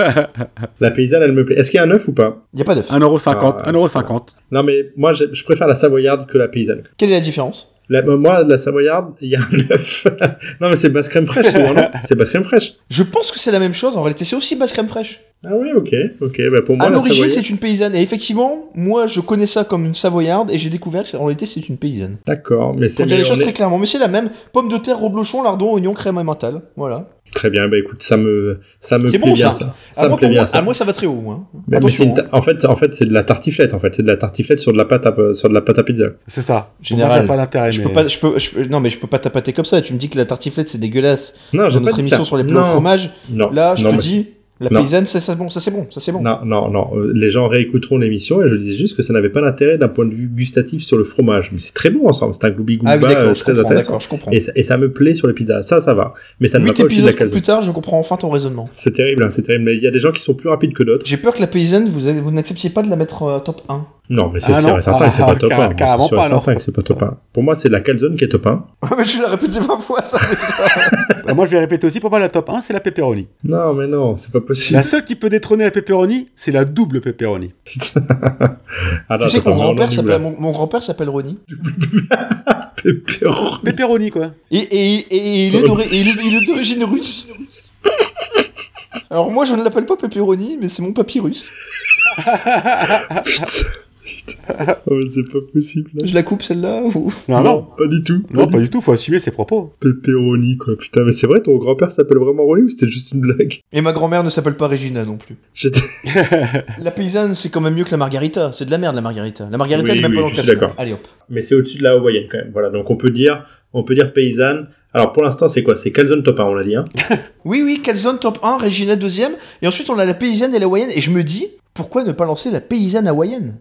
Speaker 3: La paysanne, elle me plaît. Est-ce qu'il y a un œuf ou pas
Speaker 1: Y a pas d'œuf.
Speaker 2: 1,50€.
Speaker 3: Ah,
Speaker 2: 1,50€.
Speaker 3: Non, mais moi, j'ai- je préfère la savoyarde que la paysanne.
Speaker 1: Quelle est la différence
Speaker 3: La- bah, moi, la savoyarde, il y a un œuf. non, mais c'est basse crème fraîche, souvent, non C'est basse crème fraîche.
Speaker 1: Je pense que c'est la même chose. En réalité, c'est aussi basse crème fraîche.
Speaker 3: Ah oui, ok, ok. Bah pour moi,
Speaker 1: à
Speaker 3: la
Speaker 1: l'origine,
Speaker 3: savoyarde.
Speaker 1: c'est une paysanne. Et effectivement, moi, je connais ça comme une savoyarde et j'ai découvert que c'est- en réalité, c'est une paysanne.
Speaker 3: D'accord, mais c'est
Speaker 1: Pour dire
Speaker 3: mais
Speaker 1: les
Speaker 3: on
Speaker 1: choses
Speaker 3: est-
Speaker 1: très clairement, mais c'est la même. Pommes de terre, reblochon, lardon, oignon, crème et mental. Voilà.
Speaker 3: Très bien, bah écoute, ça me, ça me
Speaker 1: C'est
Speaker 3: plaît
Speaker 1: bon,
Speaker 3: bien
Speaker 1: ça.
Speaker 3: ça.
Speaker 1: Ah,
Speaker 3: Ça me
Speaker 1: moi,
Speaker 3: plaît
Speaker 1: pour
Speaker 3: bien
Speaker 1: moi-
Speaker 3: ça.
Speaker 1: ah, moi, ça va très haut. hein.
Speaker 3: Mais- mais
Speaker 1: Attention,
Speaker 3: c'est une ta- en fait, en fait, c'est de la tartiflette. En fait, c'est de la tartiflette sur de la pâte à, euh, sur de la pâte à pizza.
Speaker 2: C'est ça.
Speaker 1: Général.
Speaker 2: Pour moi, ça a pas d'intérêt.
Speaker 1: Je
Speaker 2: mais-
Speaker 1: peux pas, je peux, je peux- non mais je peux pas tapater comme ça. Tu me dis que la tartiflette c'est dégueulasse.
Speaker 3: Non, j'ai
Speaker 1: Dans
Speaker 3: pas
Speaker 1: notre
Speaker 3: dit
Speaker 1: émission
Speaker 3: ça.
Speaker 1: sur les plats au
Speaker 3: non,
Speaker 1: fromage,
Speaker 3: non,
Speaker 1: là je
Speaker 3: non,
Speaker 1: te
Speaker 3: mais-
Speaker 1: dis la
Speaker 3: Non.
Speaker 1: paysanne c'est ça c'est bon, ça c'est bon, ça c'est bon.
Speaker 3: Non, non, non. euh, Les gens réécouteront l'émission et je disais juste que ça n'avait pas d'intérêt d'un point de vue gustatif sur le fromage. Mais c'est très bon ensemble. C'est un gloubi
Speaker 1: ah oui
Speaker 3: goumba
Speaker 1: d'accord, je
Speaker 3: Bah, très
Speaker 1: comprends,
Speaker 3: intéressant.
Speaker 1: d'accord, je comprends.
Speaker 3: Et ça, et ça me plaît sur les pizzas. Ça, ça va. Mais ça ne va
Speaker 1: Huit
Speaker 3: pas au fil de la
Speaker 1: épisodes
Speaker 3: calzone.
Speaker 1: plus tard, je comprends enfin ton raisonnement.
Speaker 3: C'est terrible, hein, c'est terrible. Mais il y a des gens qui sont plus rapides que d'autres.
Speaker 1: J'ai peur que la paysanne vous, avez- vous n'acceptiez pas de la mettre euh, top 1.
Speaker 3: Non, mais c'est
Speaker 2: Ah
Speaker 3: sûr
Speaker 2: non,
Speaker 3: et certain
Speaker 2: ah,
Speaker 3: que c'est pas top
Speaker 2: car-
Speaker 3: 1.
Speaker 2: carrément
Speaker 3: C'est sûr
Speaker 2: pas,
Speaker 3: et certain
Speaker 2: alors.
Speaker 3: que c'est pas top 1. Pour moi, c'est la calzone qui est top 1.
Speaker 1: mais tu l'as répété 20 fois ça.
Speaker 2: Bah, Moi, je vais répéter aussi. Pour moi, la top 1, c'est la pepperoni.
Speaker 3: Non, mais non, c'est pas possible.
Speaker 2: La seule qui peut détrôner la pepperoni, c'est la double pepperoni.
Speaker 3: Putain. Ah non,
Speaker 1: tu sais
Speaker 3: attends,
Speaker 1: que mon
Speaker 3: non,
Speaker 1: grand-père
Speaker 3: non,
Speaker 1: s'appelle
Speaker 3: non.
Speaker 1: mon, mon grand-père s'appelle Ronnie.
Speaker 3: Pepperoni.
Speaker 2: Pepperoni, quoi.
Speaker 3: Ah
Speaker 1: Et, et, et- et il est d'ori- et il est- il est d'origine russe. Alors moi je ne l'appelle pas Pepperoni, mais c'est mon papy russe.
Speaker 3: putain. Oh, mais c'est pas possible. Là.
Speaker 1: Je la coupe celle-là ou...
Speaker 2: Non, non,
Speaker 3: pas du tout.
Speaker 2: non, pas du tout, faut assumer ses propos.
Speaker 3: Pepperoni, quoi. Putain, mais c'est vrai, ton grand-père s'appelle vraiment Ronnie ou c'était juste une blague
Speaker 1: Et ma grand-mère ne s'appelle pas Regina non plus.
Speaker 3: J'étais.
Speaker 1: La paysanne, c'est quand même mieux que la margarita. C'est de la merde la margarita. La margarita,
Speaker 3: Oui,
Speaker 1: elle est même
Speaker 3: oui,
Speaker 1: pas dans le
Speaker 3: je suis
Speaker 1: classement.
Speaker 3: d'accord.
Speaker 1: Allez hop.
Speaker 3: Mais c'est au-dessus de la hawaïenne quand même. Voilà, donc on peut dire, on peut dire paysanne. Alors pour l'instant, c'est quoi C'est calzone top 1, on l'a dit. Hein
Speaker 1: Oui, oui, Calzone top 1, Regina deuxième. Et ensuite, on a la paysanne et la hawaïenne. Et je me dis, pourquoi ne pas lancer la paysanne hawaïenne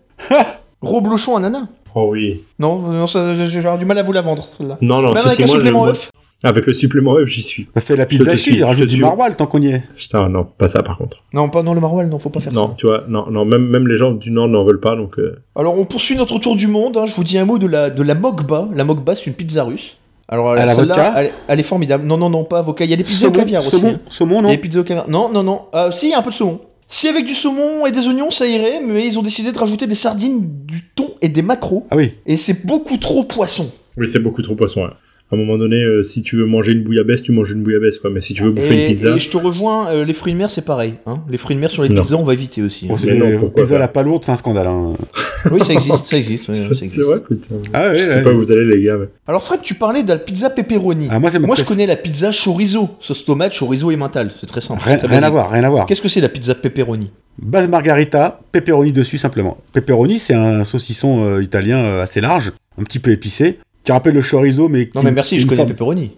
Speaker 1: Roblochon ananas.
Speaker 3: oh oui.
Speaker 1: Non, non ça- j'aurais du mal à vous la vendre, celle-là. Bah,
Speaker 3: Non, non,
Speaker 1: Même
Speaker 3: si
Speaker 1: avec
Speaker 3: c'est
Speaker 1: un
Speaker 3: moi, je
Speaker 1: supplément
Speaker 3: moi,
Speaker 1: œuf
Speaker 3: Avec le supplément œuf, j'y suis.
Speaker 2: Bah, Fais la
Speaker 3: te
Speaker 2: pizza
Speaker 3: suis,
Speaker 2: cheese
Speaker 3: je
Speaker 2: et rajoute
Speaker 3: te
Speaker 2: du
Speaker 3: suis.
Speaker 2: maroilles tant qu'on y est.
Speaker 3: Putain, non, pas ça par contre.
Speaker 1: Non, pas dans le maroilles, non, faut pas faire
Speaker 3: Non,
Speaker 1: ça.
Speaker 3: tu vois, non, non, même, même les gens du Nord n'en veulent pas, donc. euh,
Speaker 1: Alors, on poursuit notre tour du monde. hein. Je vous dis un mot de la, de la mokba. La mokba, c'est une pizza russe. Alors,
Speaker 2: À la
Speaker 1: celle-là,
Speaker 2: vodka
Speaker 1: elle, elle est formidable. Non, non, non, pas avocat. Il y a des pizzas au
Speaker 2: Saumon,
Speaker 1: caviar aussi. hein.
Speaker 2: saumon,
Speaker 1: Il y a
Speaker 2: saumon, non
Speaker 1: des pizzas au caviar. Non, non, non. Euh, si, il y a un peu de saumon. Si avec du saumon et des oignons, ça irait, mais ils ont décidé de rajouter des sardines, du thon et des maquereaux.
Speaker 2: Ah oui.
Speaker 1: Et c'est beaucoup trop poisson.
Speaker 3: Oui, c'est beaucoup trop poisson. hein. À un moment donné, euh, si tu veux manger une bouillabaisse, tu manges une bouillabaisse, quoi. Mais si tu veux bouffer une
Speaker 1: Et,
Speaker 3: pizza.
Speaker 1: et je te rejoins, euh, les fruits de mer, c'est pareil. hein. Les fruits de mer sur les
Speaker 3: Non.
Speaker 1: pizzas, on va éviter aussi. hein.
Speaker 2: Bon, c'est
Speaker 3: Mais non,
Speaker 2: les
Speaker 3: pourquoi
Speaker 2: pizzas à
Speaker 3: faire
Speaker 2: la palourde, c'est un scandale. hein.
Speaker 1: oui, ça existe, ça existe. oui,
Speaker 3: ça,
Speaker 1: ça
Speaker 3: C'est
Speaker 1: existe.
Speaker 3: vrai, putain.
Speaker 2: Ah
Speaker 3: Je
Speaker 2: ouais,
Speaker 3: sais
Speaker 2: ouais.
Speaker 3: pas où vous allez, les gars. mais-
Speaker 1: Alors Fred, tu parlais de la pizza pepperoni.
Speaker 2: Ah, moi, c'est ma
Speaker 1: Moi, je
Speaker 2: préf-
Speaker 1: connais la pizza chorizo, sauce tomate, chorizo et mental. C'est très simple.
Speaker 2: Rien,
Speaker 1: très
Speaker 2: rien à
Speaker 1: basique.
Speaker 2: voir, rien à voir.
Speaker 1: Qu'est-ce que c'est la pizza pepperoni
Speaker 2: Base margarita, pepperoni dessus simplement. Pepperoni, c'est un saucisson euh, italien euh, assez large, un petit peu épicé, qui rappelle le chorizo, mais qui-
Speaker 1: Non, mais merci,
Speaker 2: qui
Speaker 1: je
Speaker 2: est une
Speaker 1: connais
Speaker 2: forme-
Speaker 1: pepperoni.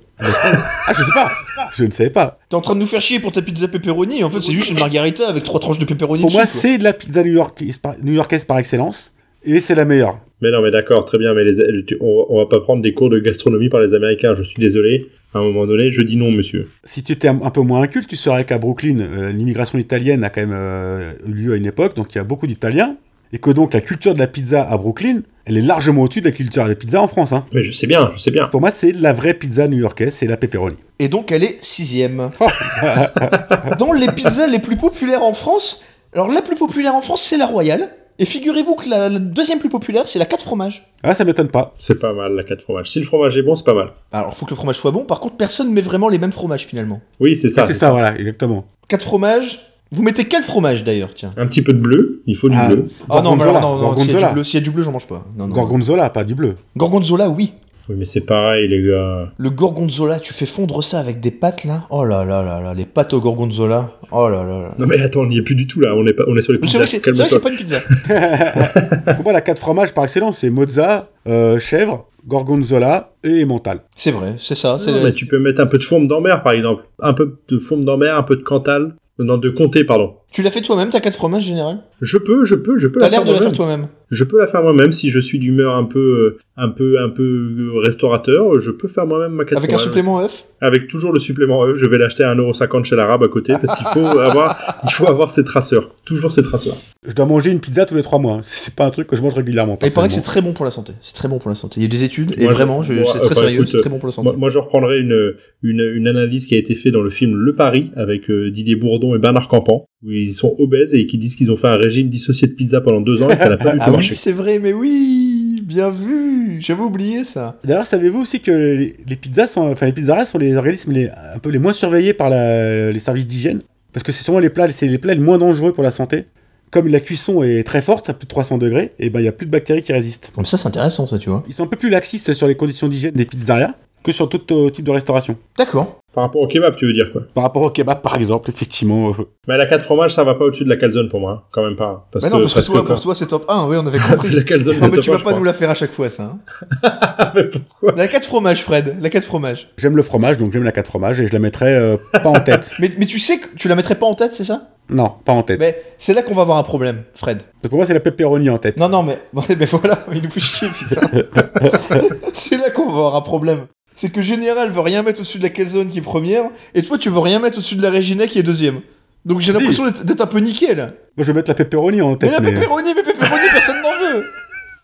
Speaker 2: Ah, je sais pas, je ne savais pas.
Speaker 1: T'es en train de nous faire chier pour ta pizza pepperoni. En fait, c'est juste une margarita avec trois tranches de pepperoni.
Speaker 2: Pour moi,
Speaker 1: dessus, quoi.
Speaker 2: c'est de la pizza new-yorkaise par, new-yorkaise par excellence, et c'est la meilleure.
Speaker 3: Mais non, mais d'accord, très bien, mais les, tu- on, on va pas prendre des cours de gastronomie par les Américains, je suis désolé. À un moment donné, je dis non, monsieur.
Speaker 2: Si tu étais un, un peu moins inculte, tu saurais qu'à Brooklyn, euh, l'immigration italienne a quand même euh, eu lieu à une époque, donc il y a beaucoup d'Italiens, et que donc la culture de la pizza à Brooklyn, elle est largement au-dessus de la culture de la pizza en France. hein.
Speaker 3: Mais je sais bien, je sais bien.
Speaker 2: Pour moi, c'est la vraie pizza new-yorkaise, c'est la pepperoni.
Speaker 1: Et donc, elle est sixième.
Speaker 3: Oh.
Speaker 1: Dans les pizzas les plus populaires en France, alors la plus populaire en France, c'est la royale. Et figurez-vous que la, la deuxième plus populaire, c'est la 4 fromages.
Speaker 2: Ah, ça m'étonne pas.
Speaker 3: C'est pas mal, la 4 fromages. Si le fromage est bon, c'est pas mal.
Speaker 1: Alors, faut que le fromage soit bon. Par contre, personne met vraiment les mêmes fromages finalement.
Speaker 3: Oui, c'est ça.
Speaker 2: c'est
Speaker 3: c'est
Speaker 2: ça, voilà, exactement.
Speaker 1: 4 fromages. Vous mettez quel fromage d'ailleurs, tiens
Speaker 3: ça. Un petit peu de bleu, il faut du
Speaker 2: Ah,
Speaker 3: bleu.
Speaker 1: Ah non, mais alors,
Speaker 2: Gorgonzola,
Speaker 1: non, non, s'il y a
Speaker 2: Gorgonzola.
Speaker 1: du bleu, s'il y a du bleu, j'en mange pas. Non, non.
Speaker 2: Gorgonzola, pas du bleu.
Speaker 1: Gorgonzola, oui.
Speaker 3: Oui, mais c'est pareil, les gars.
Speaker 1: Le gorgonzola, tu fais fondre ça avec des pâtes là Oh là là là là, les pâtes au gorgonzola. Oh là là là.
Speaker 3: Non, mais attends, on n'y est plus du tout là, on est, pas, on est sur les
Speaker 1: Mais C'est vrai
Speaker 3: pizzas.
Speaker 1: que c'est c'est vrai que
Speaker 3: Calme-toi.
Speaker 1: c'est pas une pizza.
Speaker 2: Pour moi, la 4 fromages par excellence, c'est mozza, euh, chèvre, gorgonzola et mental.
Speaker 1: C'est vrai, c'est ça. c'est
Speaker 3: Non, mais tu peux mettre un peu de fourme d'ambert, par exemple. Un peu de fourme d'ambert, un peu de cantal. Euh, Non, de comté, pardon.
Speaker 1: Tu l'as fait toi-même, ta 4 fromages général
Speaker 3: Je peux, je peux, je peux
Speaker 1: T'as
Speaker 3: la
Speaker 1: l'air
Speaker 3: faire
Speaker 1: de la faire
Speaker 3: moi-même.
Speaker 1: toi-même.
Speaker 3: Je peux la faire moi-même si je suis d'humeur un peu, euh, un peu, un peu euh, restaurateur. Je peux faire moi-même ma 4
Speaker 1: Avec un
Speaker 3: fromages.
Speaker 1: supplément œuf
Speaker 3: avec toujours le supplément œuf. Je vais l'acheter à 1,50€ chez l'arabe à côté parce qu'il faut avoir, il faut avoir ses traceurs. Toujours ses traceurs.
Speaker 2: Je dois manger une pizza tous les 3 mois. hein. C'est pas un truc que je mange régulièrement.
Speaker 1: Et il paraît que c'est
Speaker 2: personnellement.
Speaker 1: très bon pour la santé. C'est très bon pour la santé. Il y a des études, et
Speaker 3: Moi, je-
Speaker 1: vraiment, je-
Speaker 3: moi,
Speaker 1: c'est très
Speaker 3: enfin,
Speaker 1: sérieux,
Speaker 3: écoute,
Speaker 1: c'est très bon pour la santé.
Speaker 3: Moi, moi, je reprendrai une, une, une analyse qui a été faite dans le film Le Paris avec euh, Didier Bourdon et Bernard Campan où ils sont obèses et qui disent qu'ils ont fait un régime dissocié de pizza pendant deux ans et que ça n'a pas du tout
Speaker 1: ah oui,
Speaker 3: marché.
Speaker 1: c'est vrai, mais oui Bien vu J'avais oublié ça.
Speaker 2: D'ailleurs, savez-vous aussi que les, les pizzas sont, enfin, les pizzerias sont les organismes les- un peu les moins surveillés par la- les services d'hygiène Parce que c'est souvent les plats, c'est les plats les moins dangereux pour la santé. Comme la cuisson est très forte, à plus de 300 degrés, et ben il y a plus de bactéries qui résistent.
Speaker 1: Comme ça, c'est intéressant, ça, tu vois.
Speaker 2: Ils sont un peu plus laxistes sur les conditions d'hygiène des pizzerias que sur tout euh, type de restauration.
Speaker 1: D'accord.
Speaker 3: Par rapport au kebab, tu veux dire quoi
Speaker 2: Par rapport au kebab, par exemple, effectivement, euh,
Speaker 3: Mais la 4 fromages, ça va pas au-dessus de la calzone pour moi, hein. quand même pas. hein. Parce
Speaker 1: Mais Bah non, parce que toi, pour
Speaker 3: quand-
Speaker 1: toi, c'est top 1, oui, on avait compris.
Speaker 3: la calzone,
Speaker 1: Non,
Speaker 3: c'est
Speaker 1: mais
Speaker 3: top
Speaker 1: tu vas
Speaker 3: un,
Speaker 1: pas
Speaker 3: je
Speaker 1: nous la faire à chaque fois, ça. hein.
Speaker 3: crois. Mais pourquoi
Speaker 1: La 4 fromages, Fred. La 4 fromages.
Speaker 2: J'aime le fromage, donc j'aime la 4 fromages et je la mettrais euh, pas en tête.
Speaker 1: Mais, mais tu sais que tu la mettrais pas en tête, c'est ça
Speaker 2: Non, pas en tête.
Speaker 1: Mais c'est là qu'on va avoir un problème, Fred.
Speaker 2: Donc Pour moi, c'est la pepperoni en tête.
Speaker 1: Non, non, mais, mais voilà, il nous fait chier, putain. c'est là qu'on va avoir un problème. C'est que Général veut rien mettre au-dessus de la calzone qui est première, et toi, tu veux rien mettre au-dessus de la Regina qui est deuxième. Donc j'ai
Speaker 2: Si.
Speaker 1: l'impression d'être- d'être un peu niqué, là.
Speaker 2: Moi, je vais mettre la pepperoni en
Speaker 1: Mais
Speaker 2: tête.
Speaker 1: la
Speaker 2: mais-
Speaker 1: pepperoni, mais pepperoni, personne n'en veut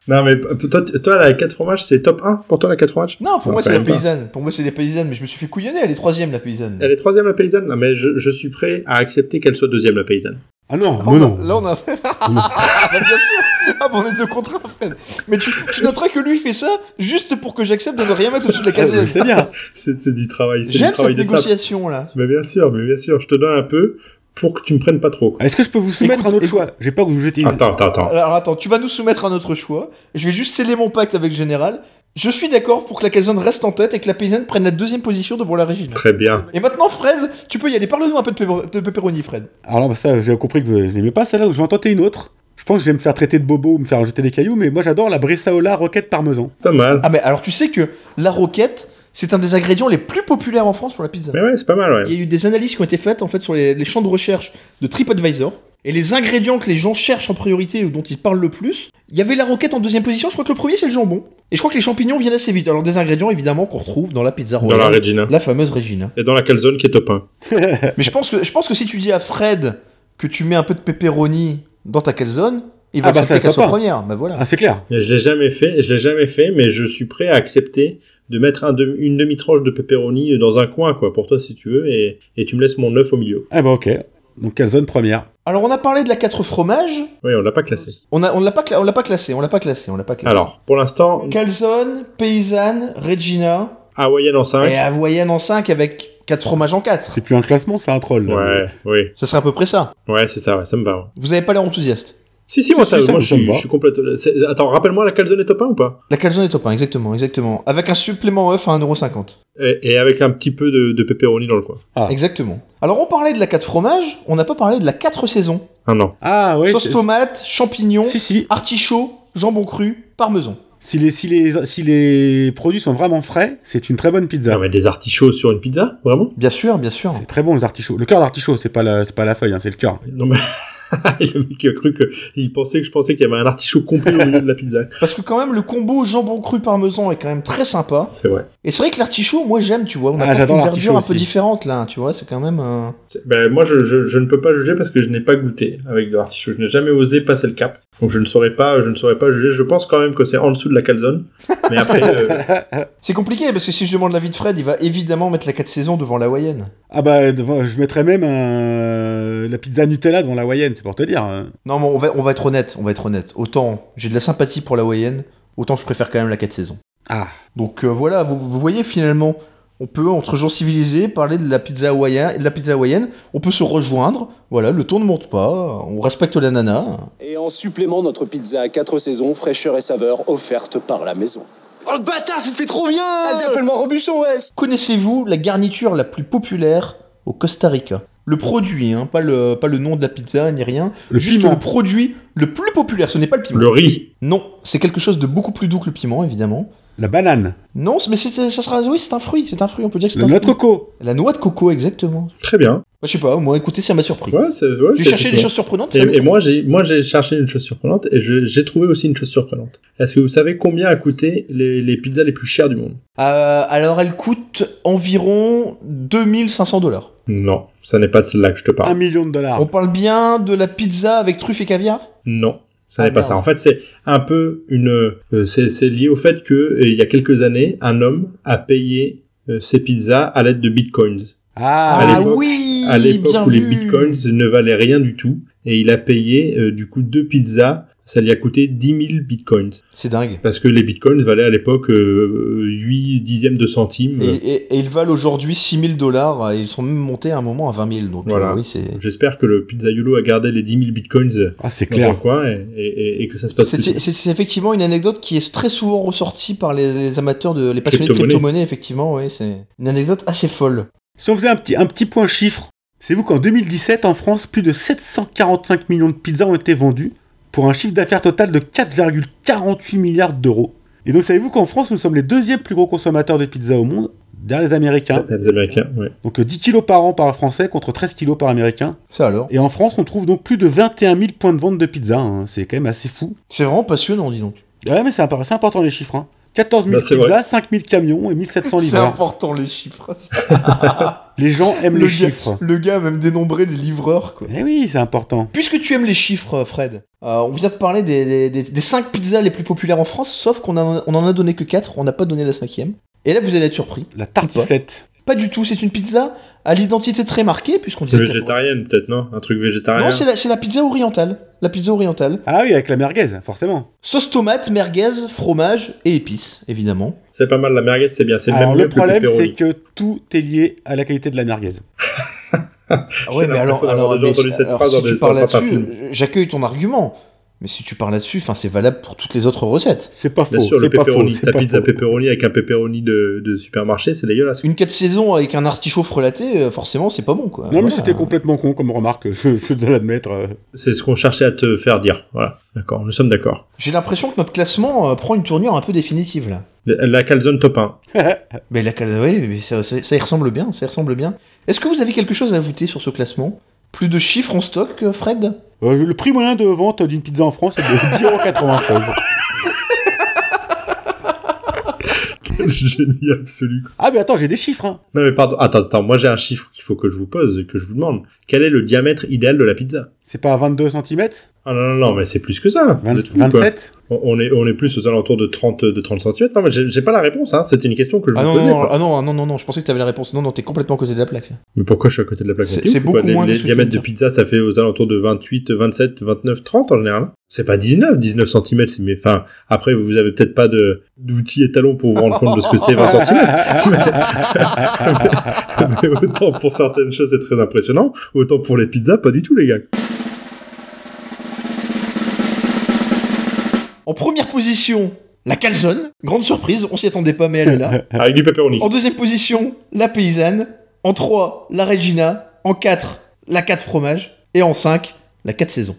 Speaker 3: Non, mais p- toi, t- toi, la 4 fromages, c'est top 1 pour toi, la 4 fromages
Speaker 1: Non, pour
Speaker 3: Ah,
Speaker 1: moi, c'est
Speaker 3: quand
Speaker 1: la
Speaker 3: même pas.
Speaker 1: paysanne. Pour moi, c'est les paysannes, mais je me suis fait couillonner, elle est troisième, la paysanne.
Speaker 3: Elle est troisième, la paysanne Non, mais je, je suis prêt à accepter qu'elle soit deuxième, la paysanne.
Speaker 2: Ah non,
Speaker 1: Ah,
Speaker 2: non,
Speaker 1: on a-
Speaker 2: non.
Speaker 1: Là, on a fait. Ah, bah, bien sûr Ah, bah, on est deux contre un, Fred Mais tu, tu noteras que lui fait ça juste pour que j'accepte de ne rien mettre au-dessus de la
Speaker 2: Ah, mais
Speaker 1: calzone.
Speaker 2: c'est bien.
Speaker 3: C'est c'est du travail, c'est du
Speaker 1: J'aime
Speaker 3: travail
Speaker 1: cette
Speaker 3: des sables.
Speaker 1: négociation, là.
Speaker 3: Mais bien sûr, mais bien sûr, je te donne un peu pour que tu me prennes pas trop. quoi.
Speaker 2: Est-ce que je peux vous soumettre
Speaker 1: Écoute,
Speaker 2: un autre
Speaker 1: écoute.
Speaker 2: choix J'ai pas que vous jetez une...
Speaker 3: Attends, attends, attends.
Speaker 1: Alors attends, tu vas nous soumettre un autre choix. Je vais juste sceller mon pacte avec Général. Je suis d'accord pour que la calzone reste en tête et que la paysanne prenne la deuxième position devant la Régine.
Speaker 3: Très bien.
Speaker 1: Et maintenant, Fred, tu peux y aller. Parle-nous un peu de, pepper- de pepperoni, Fred.
Speaker 2: Alors là, bah, ça, j'ai compris que vous n'aimez pas celle-là, donc je vais en tenter une autre. Je pense que je vais me faire traiter de bobo ou me faire jeter des cailloux, mais moi j'adore la Bressaola roquette parmesan.
Speaker 3: Pas mal.
Speaker 1: Ah, mais alors tu sais que la roquette, c'est un des ingrédients les plus populaires en France pour la pizza.
Speaker 3: Mais ouais, c'est pas mal, ouais.
Speaker 1: Il y a eu des analyses qui ont été faites en fait sur les, les champs de recherche de TripAdvisor et les ingrédients que les gens cherchent en priorité ou dont ils parlent le plus. Il y avait la roquette en deuxième position. Je crois que le premier c'est le jambon. Et je crois que les champignons viennent assez vite. Alors des ingrédients évidemment qu'on retrouve dans la pizza
Speaker 3: Dans la
Speaker 1: royale,
Speaker 3: Regina.
Speaker 1: la fameuse Regina.
Speaker 3: Et dans la calzone qui est top 1.
Speaker 1: Mais je pense que je pense que si tu dis à Fred que tu mets un peu de pepperoni dans ta calzone, il va
Speaker 2: Ah bah,
Speaker 1: accepter
Speaker 2: ça
Speaker 1: qu'elle
Speaker 2: va
Speaker 1: soit
Speaker 2: pas.
Speaker 1: première. Bah voilà.
Speaker 2: Ah, c'est clair.
Speaker 3: Je l'ai jamais fait, je l'ai jamais fait, mais je suis prêt à accepter de mettre un demi- une demi-tranche de pepperoni dans un coin, quoi, pour toi si tu veux, et, et tu me laisses mon œuf au milieu.
Speaker 2: Ah bah ok. Donc calzone première.
Speaker 1: Alors on a parlé de la 4 fromages.
Speaker 3: Oui, on l'a pas classé.
Speaker 1: On a on l'a pas cla- on l'a pas classé. On l'a pas classé. On l'a pas classé.
Speaker 3: Alors, pour l'instant,
Speaker 1: Calzone, paysanne, Regina.
Speaker 3: Hawaïenne en 5.
Speaker 1: Et Hawaïenne en 5 avec 4 fromages en 4.
Speaker 2: Ah C'est plus un classement, c'est un troll. là.
Speaker 3: Ouais, oui.
Speaker 1: Ce serait à peu près ça.
Speaker 3: Ouais, c'est ça, ouais, ça me va. ouais.
Speaker 1: Vous avez pas l'air enthousiaste.
Speaker 3: Si, si, moi,
Speaker 2: Si,
Speaker 3: ça,
Speaker 2: si, ça
Speaker 3: moi
Speaker 2: me-
Speaker 3: je,
Speaker 2: ça me
Speaker 3: suis,
Speaker 2: va.
Speaker 3: je suis complètement... c'est- Attends, rappelle-moi la calzone est top 1 ou pas
Speaker 1: La calzone est top 1, exactement, exactement. Avec un supplément œuf à 1,50€.
Speaker 3: et, et avec un petit peu de, de pepperoni dans le coin.
Speaker 2: Ah.
Speaker 1: Exactement. Alors on parlait de la 4 fromages, on n'a pas parlé de la 4 saisons.
Speaker 3: Ah non.
Speaker 2: Ah ouais.
Speaker 1: Sauce
Speaker 2: c'est-
Speaker 1: tomate, champignons,
Speaker 2: Si si.
Speaker 1: artichaut, jambon cru, parmesan.
Speaker 2: Si les si les si les produits sont vraiment frais, c'est une très bonne pizza.
Speaker 3: Non, mais des artichauts sur une pizza Vraiment
Speaker 1: Bien sûr, bien sûr.
Speaker 2: C'est très bon les artichauts. Le cœur d'artichaut, c'est pas la c'est pas la feuille, hein, c'est le cœur.
Speaker 3: Non, mais... le mec a cru que... Il pensait que je pensais qu'il y avait un artichaut complet au milieu de la pizza.
Speaker 1: Parce que quand même, le combo jambon cru parmesan est quand même très sympa.
Speaker 3: C'est vrai.
Speaker 1: Et c'est vrai que l'artichaut, moi j'aime, tu vois. On
Speaker 2: Ah,
Speaker 1: a
Speaker 2: j'adore
Speaker 1: une
Speaker 2: l'artichaut
Speaker 1: verdure un peu
Speaker 2: aussi.
Speaker 1: différente là, tu vois. C'est quand même. euh,
Speaker 3: Ben, moi, je, je, je ne peux pas juger parce que je n'ai pas goûté avec de l'artichaut. Je n'ai jamais osé passer le cap. Donc, je ne saurais pas, je ne saurais pas juger. Je pense quand même que c'est en dessous de la calzone. Mais après, euh,
Speaker 1: C'est compliqué parce que si je demande l'avis de Fred, il va évidemment mettre la 4 saisons devant la Hawaïenne.
Speaker 2: Ah bah devant- je mettrais même un- la pizza Nutella devant la Hawaïenne, c'est pour te dire. hein.
Speaker 1: Non, mais on va, on va être honnête, on va être honnête. Autant j'ai de la sympathie pour la Hawaïenne, autant je préfère quand même la 4 saisons.
Speaker 2: Ah.
Speaker 1: Donc euh, voilà, vous, vous voyez finalement, on peut, entre gens civilisés, parler de la pizza hawaïenne, de la pizza hawaïenne, on peut se rejoindre, voilà, le ton ne monte pas, on respecte la nana.
Speaker 4: Et en supplément, notre pizza à 4 saisons, fraîcheur et saveur, offerte par la maison.
Speaker 5: Oh le bâtard, tu le fais trop bien
Speaker 4: Vas-y, appelle-moi Robuchon, wesh
Speaker 1: Connaissez-vous la garniture la plus populaire au Costa Rica Le produit, hein, pas, le, pas le nom de la pizza ni rien,
Speaker 2: Le
Speaker 1: juste
Speaker 2: piment.
Speaker 1: le produit le plus populaire, ce n'est pas le piment.
Speaker 3: le riz.
Speaker 1: Non, c'est quelque chose de beaucoup plus doux que le piment, évidemment.
Speaker 2: La banane,
Speaker 1: Non, c'est- mais c'est- ça sera, oui, c'est un fruit, c'est un fruit, on peut dire que c'est
Speaker 2: la
Speaker 1: un
Speaker 2: noix de
Speaker 1: fruit.
Speaker 2: coco.
Speaker 1: La noix de coco, exactement. Moi,
Speaker 3: Très bien.
Speaker 1: je sais pas, moi, écoutez, ça m'a surpris.
Speaker 3: Ouais, c'est, ouais,
Speaker 1: J'ai
Speaker 3: c'est-
Speaker 1: cherché des choses surprenantes.
Speaker 3: Et,
Speaker 1: ça m'a
Speaker 3: et
Speaker 1: surpris.
Speaker 3: moi, j'ai, moi, j'ai cherché une chose surprenante et je- j'ai trouvé aussi une chose surprenante. Est-ce que vous savez combien a coûté les, les pizzas les plus chères du monde?
Speaker 1: Euh, alors, elle coûte environ 2500 dollars.
Speaker 3: Non, ça n'est pas de celle-là que je te
Speaker 2: Un
Speaker 3: parle.
Speaker 2: million de
Speaker 3: Ah.
Speaker 2: dollars.
Speaker 1: On parle bien de la pizza avec truffes et caviar
Speaker 3: Non, ça
Speaker 1: Ah,
Speaker 3: n'est pas
Speaker 1: merde.
Speaker 3: ça. En fait, c'est un peu une. euh, c'est c'est lié au fait que euh, il y a quelques années, un homme a payé euh, ses pizzas à l'aide de bitcoins.
Speaker 2: Ah,
Speaker 3: À
Speaker 1: Ah
Speaker 3: l'époque-
Speaker 1: oui
Speaker 3: à l'époque
Speaker 1: bien
Speaker 3: où les
Speaker 1: vu.
Speaker 3: bitcoins ne valaient rien du tout, et il a payé euh, du coup deux pizzas. Ça lui a coûté 10 000 bitcoins.
Speaker 1: C'est dingue.
Speaker 3: Parce que les bitcoins valaient à l'époque euh, 8 dixièmes de centimes.
Speaker 1: Et, et- et ils valent aujourd'hui 6000 dollars. Ils sont même montés à un moment à 20 000. Donc,
Speaker 3: Voilà.
Speaker 1: euh, oui, c'est.
Speaker 3: J'espère que le pizzaiolo a gardé les 10 000 bitcoins
Speaker 2: Ah, c'est
Speaker 3: dans
Speaker 2: clair.
Speaker 3: son coin et, et- et- et que ça se passe
Speaker 1: C'est
Speaker 3: plus.
Speaker 1: c'est- c'est effectivement une anecdote qui est très souvent ressortie par les, les amateurs de les passionnés de
Speaker 3: Crypto-monnaie.
Speaker 1: crypto-monnaie, effectivement, oui, c'est une anecdote assez folle.
Speaker 2: Si on faisait un petit, un petit point chiffre, c'est vous qu'en 2017, en France, plus de 745 millions de pizzas ont été vendues pour un chiffre d'affaires total de 4,48 milliards d'euros. Et donc, savez-vous qu'en France, nous sommes les deuxièmes plus gros consommateurs de pizzas au monde, derrière les Américains.
Speaker 3: Les Américains, ouais.
Speaker 2: Donc, euh, 10 kilos par an par Français contre 13 kilos par Américain.
Speaker 1: Ça alors
Speaker 2: Et en France, on trouve donc plus de 21 000 points de vente de pizzas. hein. C'est quand même assez fou. Ah
Speaker 1: C'est vraiment passionnant, dis donc.
Speaker 2: Ouais, mais c'est impor- c'est important les chiffres. Hein. 14 000
Speaker 3: Bah, c'est
Speaker 2: pizzas, 5 000 camions et 1700
Speaker 1: C'est
Speaker 2: livreurs.
Speaker 1: important les chiffres.
Speaker 2: Les gens aiment les chiffres.
Speaker 1: le gars a même dénombré les livreurs, quoi.
Speaker 2: Eh oui, c'est important.
Speaker 1: Puisque tu aimes les chiffres, Fred, euh, on vient de parler des, des, 5 pizzas les plus populaires en France, sauf qu'on a- on en a donné que 4, on n'a pas donné la cinquième. Et là, vous allez être surpris.
Speaker 2: La tartiflette.
Speaker 1: Pas du tout, c'est une pizza à l'identité très marquée, puisqu'on
Speaker 3: C'est
Speaker 1: disait... qu'elle-
Speaker 3: végétarienne, peut-être, non Un truc végétarien
Speaker 1: Non, c'est la, c'est la pizza orientale. La pizza orientale.
Speaker 2: Ah oui, avec la merguez, forcément.
Speaker 1: Sauce tomate, merguez, fromage et épices, évidemment.
Speaker 3: C'est pas mal, la merguez, c'est bien. C'est
Speaker 2: Alors
Speaker 3: même mieux
Speaker 2: le
Speaker 3: que le
Speaker 2: problème, c'est
Speaker 3: pepperoni.
Speaker 2: que tout est lié à la qualité de la merguez.
Speaker 1: Ah ouais, mais alors,
Speaker 3: l'impression d'avoir
Speaker 1: alors,
Speaker 3: déjà
Speaker 1: mais-
Speaker 3: entendu cette
Speaker 1: alors,
Speaker 3: phrase
Speaker 1: si
Speaker 3: dans
Speaker 1: tu
Speaker 3: des-
Speaker 1: parles
Speaker 3: dans certains
Speaker 1: là-dessus, j'accueille ton argument. Mais si tu parles là-dessus, enfin, c'est valable pour toutes les autres recettes.
Speaker 2: C'est pas
Speaker 3: Bien
Speaker 2: faux.
Speaker 3: sûr, le
Speaker 2: C'est pas faux.
Speaker 3: pepperoni,
Speaker 2: C'est
Speaker 3: ta
Speaker 2: pas
Speaker 3: pizza
Speaker 2: faux.
Speaker 3: pepperoni avec un pepperoni de, de supermarché, c'est dégueulasse.
Speaker 1: Une 4 saisons avec un artichaut frelaté, euh, forcément, c'est pas bon, quoi.
Speaker 2: Non, mais
Speaker 1: Voilà.
Speaker 2: c'était complètement con comme remarque. Je, je dois l'admettre. euh.
Speaker 3: C'est ce qu'on cherchait à te faire dire. Voilà. D'accord, nous sommes d'accord.
Speaker 1: J'ai l'impression que notre classement euh, prend une tournure un peu définitive, là.
Speaker 3: La la calzone top 1.
Speaker 1: Mais la cal- ouais, mais ça, ça- ça y ressemble bien, ça y ressemble bien. Est-ce que vous avez quelque chose à ajouter sur ce classement Plus de chiffres en stock, euh, Fred
Speaker 2: Euh, le prix moyen de vente d'une pizza en France est de 10,96€.
Speaker 3: Quel génie absolu.
Speaker 2: Ah, mais attends, j'ai des chiffres. Hein.
Speaker 3: Non mais pardon, attends, attends, moi j'ai un chiffre qu'il faut que je vous pose, que je vous demande. Quel est le diamètre idéal de la pizza
Speaker 2: C'est pas à 22 cm
Speaker 3: Ah non, non, non, mais c'est plus que ça. Vous êtes fous, quoi.
Speaker 2: 27
Speaker 3: On on est, on est plus aux alentours de 30, de 30 cm. Non mais j'ai j'ai pas la réponse, hein. c'était une question que je
Speaker 1: ah
Speaker 3: vous
Speaker 1: non,
Speaker 3: posais.
Speaker 1: non, non,
Speaker 3: quoi.
Speaker 1: ah non, non, non, non, je pensais que t'avais la réponse. Non, non, t'es complètement à côté de la plaque. là.
Speaker 3: Mais pourquoi je suis à côté de la plaque
Speaker 1: C'est-
Speaker 3: on dit,
Speaker 1: c'est
Speaker 3: ou quoi
Speaker 1: beaucoup
Speaker 3: les,
Speaker 1: moins que
Speaker 3: les
Speaker 1: ce que tu
Speaker 3: diamètres
Speaker 1: viens de
Speaker 3: de pizza, ça fait aux alentours de 28, 27, 29, 30 en général. hein. C'est pas 19, 19 cm, c'est mais enfin après vous avez peut-être pas de d'outils étalons pour vous rendre compte de ce que c'est 20 cm. mais autant pour certaines choses c'est très impressionnant, autant pour les pizzas pas du tout les gars.
Speaker 1: En première position, la calzone. Grande surprise, on s'y attendait pas, mais elle est là.
Speaker 3: Avec du pepperoni.
Speaker 1: En deuxième position, la paysanne. En 3, la Regina. En 4, la 4 fromage. Et en 5, la 4 saisons.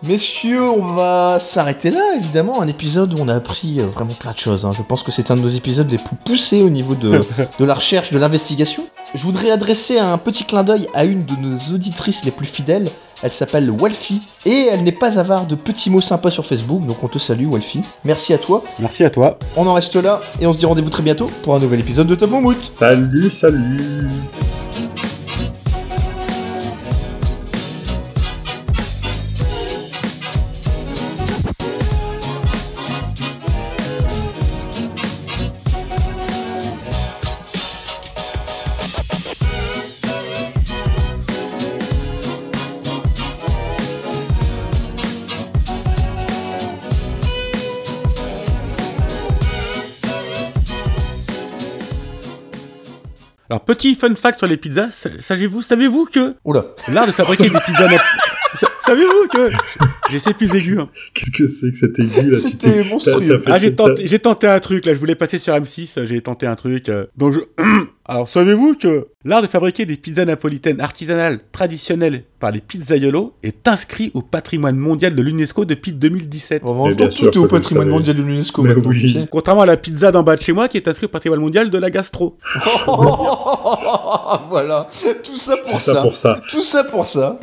Speaker 1: Messieurs, on va s'arrêter là, évidemment. Un épisode où on a appris euh, vraiment plein de choses. hein. Je pense que c'est un de nos épisodes les plus poussés au niveau de, de la recherche, de l'investigation. Je voudrais adresser un petit clin d'œil à une de nos auditrices les plus fidèles. Elle s'appelle Walfie et elle n'est pas avare de petits mots sympas sur Facebook. Donc on te salue, Walfie. Merci à toi.
Speaker 2: Merci à toi.
Speaker 1: On en reste là et on se dit rendez-vous très bientôt pour un nouvel épisode de Top Moumout.
Speaker 3: Salut, salut.
Speaker 2: Alors, petit fun fact sur les pizzas. sa- Savez-vous savez-vous que
Speaker 1: Oula.
Speaker 2: l'art de fabriquer des pizzas... n'a- Sa- Savez-vous que... J'ai ces plus aigus. hein.
Speaker 3: Qu'est-ce que c'est que cette aiguille là tu
Speaker 1: C'était
Speaker 3: t'es-
Speaker 1: monstrueux.
Speaker 3: t'as- t'as fait-
Speaker 2: Ah, j'ai
Speaker 3: t'as-
Speaker 2: tenté, j'ai tenté un truc, là. Je voulais passer sur M6. euh, J'ai tenté un truc. euh. Donc, je... Alors, savez-vous que l'art de fabriquer des pizzas napolitaines artisanales traditionnelles par les pizzaiolos est inscrit au patrimoine mondial de l'UNESCO depuis 2017
Speaker 1: Vraiment,
Speaker 3: Mais bien
Speaker 1: tout,
Speaker 3: sûr,
Speaker 1: tout est au
Speaker 3: faut que vous
Speaker 1: patrimoine
Speaker 3: le savez.
Speaker 1: mondial de l'UNESCO.
Speaker 3: Mais
Speaker 1: maintenant,
Speaker 3: oui.
Speaker 1: tu sais.
Speaker 2: Contrairement à la pizza d'en bas de chez moi qui est inscrite au patrimoine mondial de la gastro.
Speaker 1: voilà, tout ça
Speaker 3: Tout
Speaker 1: pour
Speaker 3: ça
Speaker 1: ça.
Speaker 3: pour ça.
Speaker 1: Tout ça pour ça.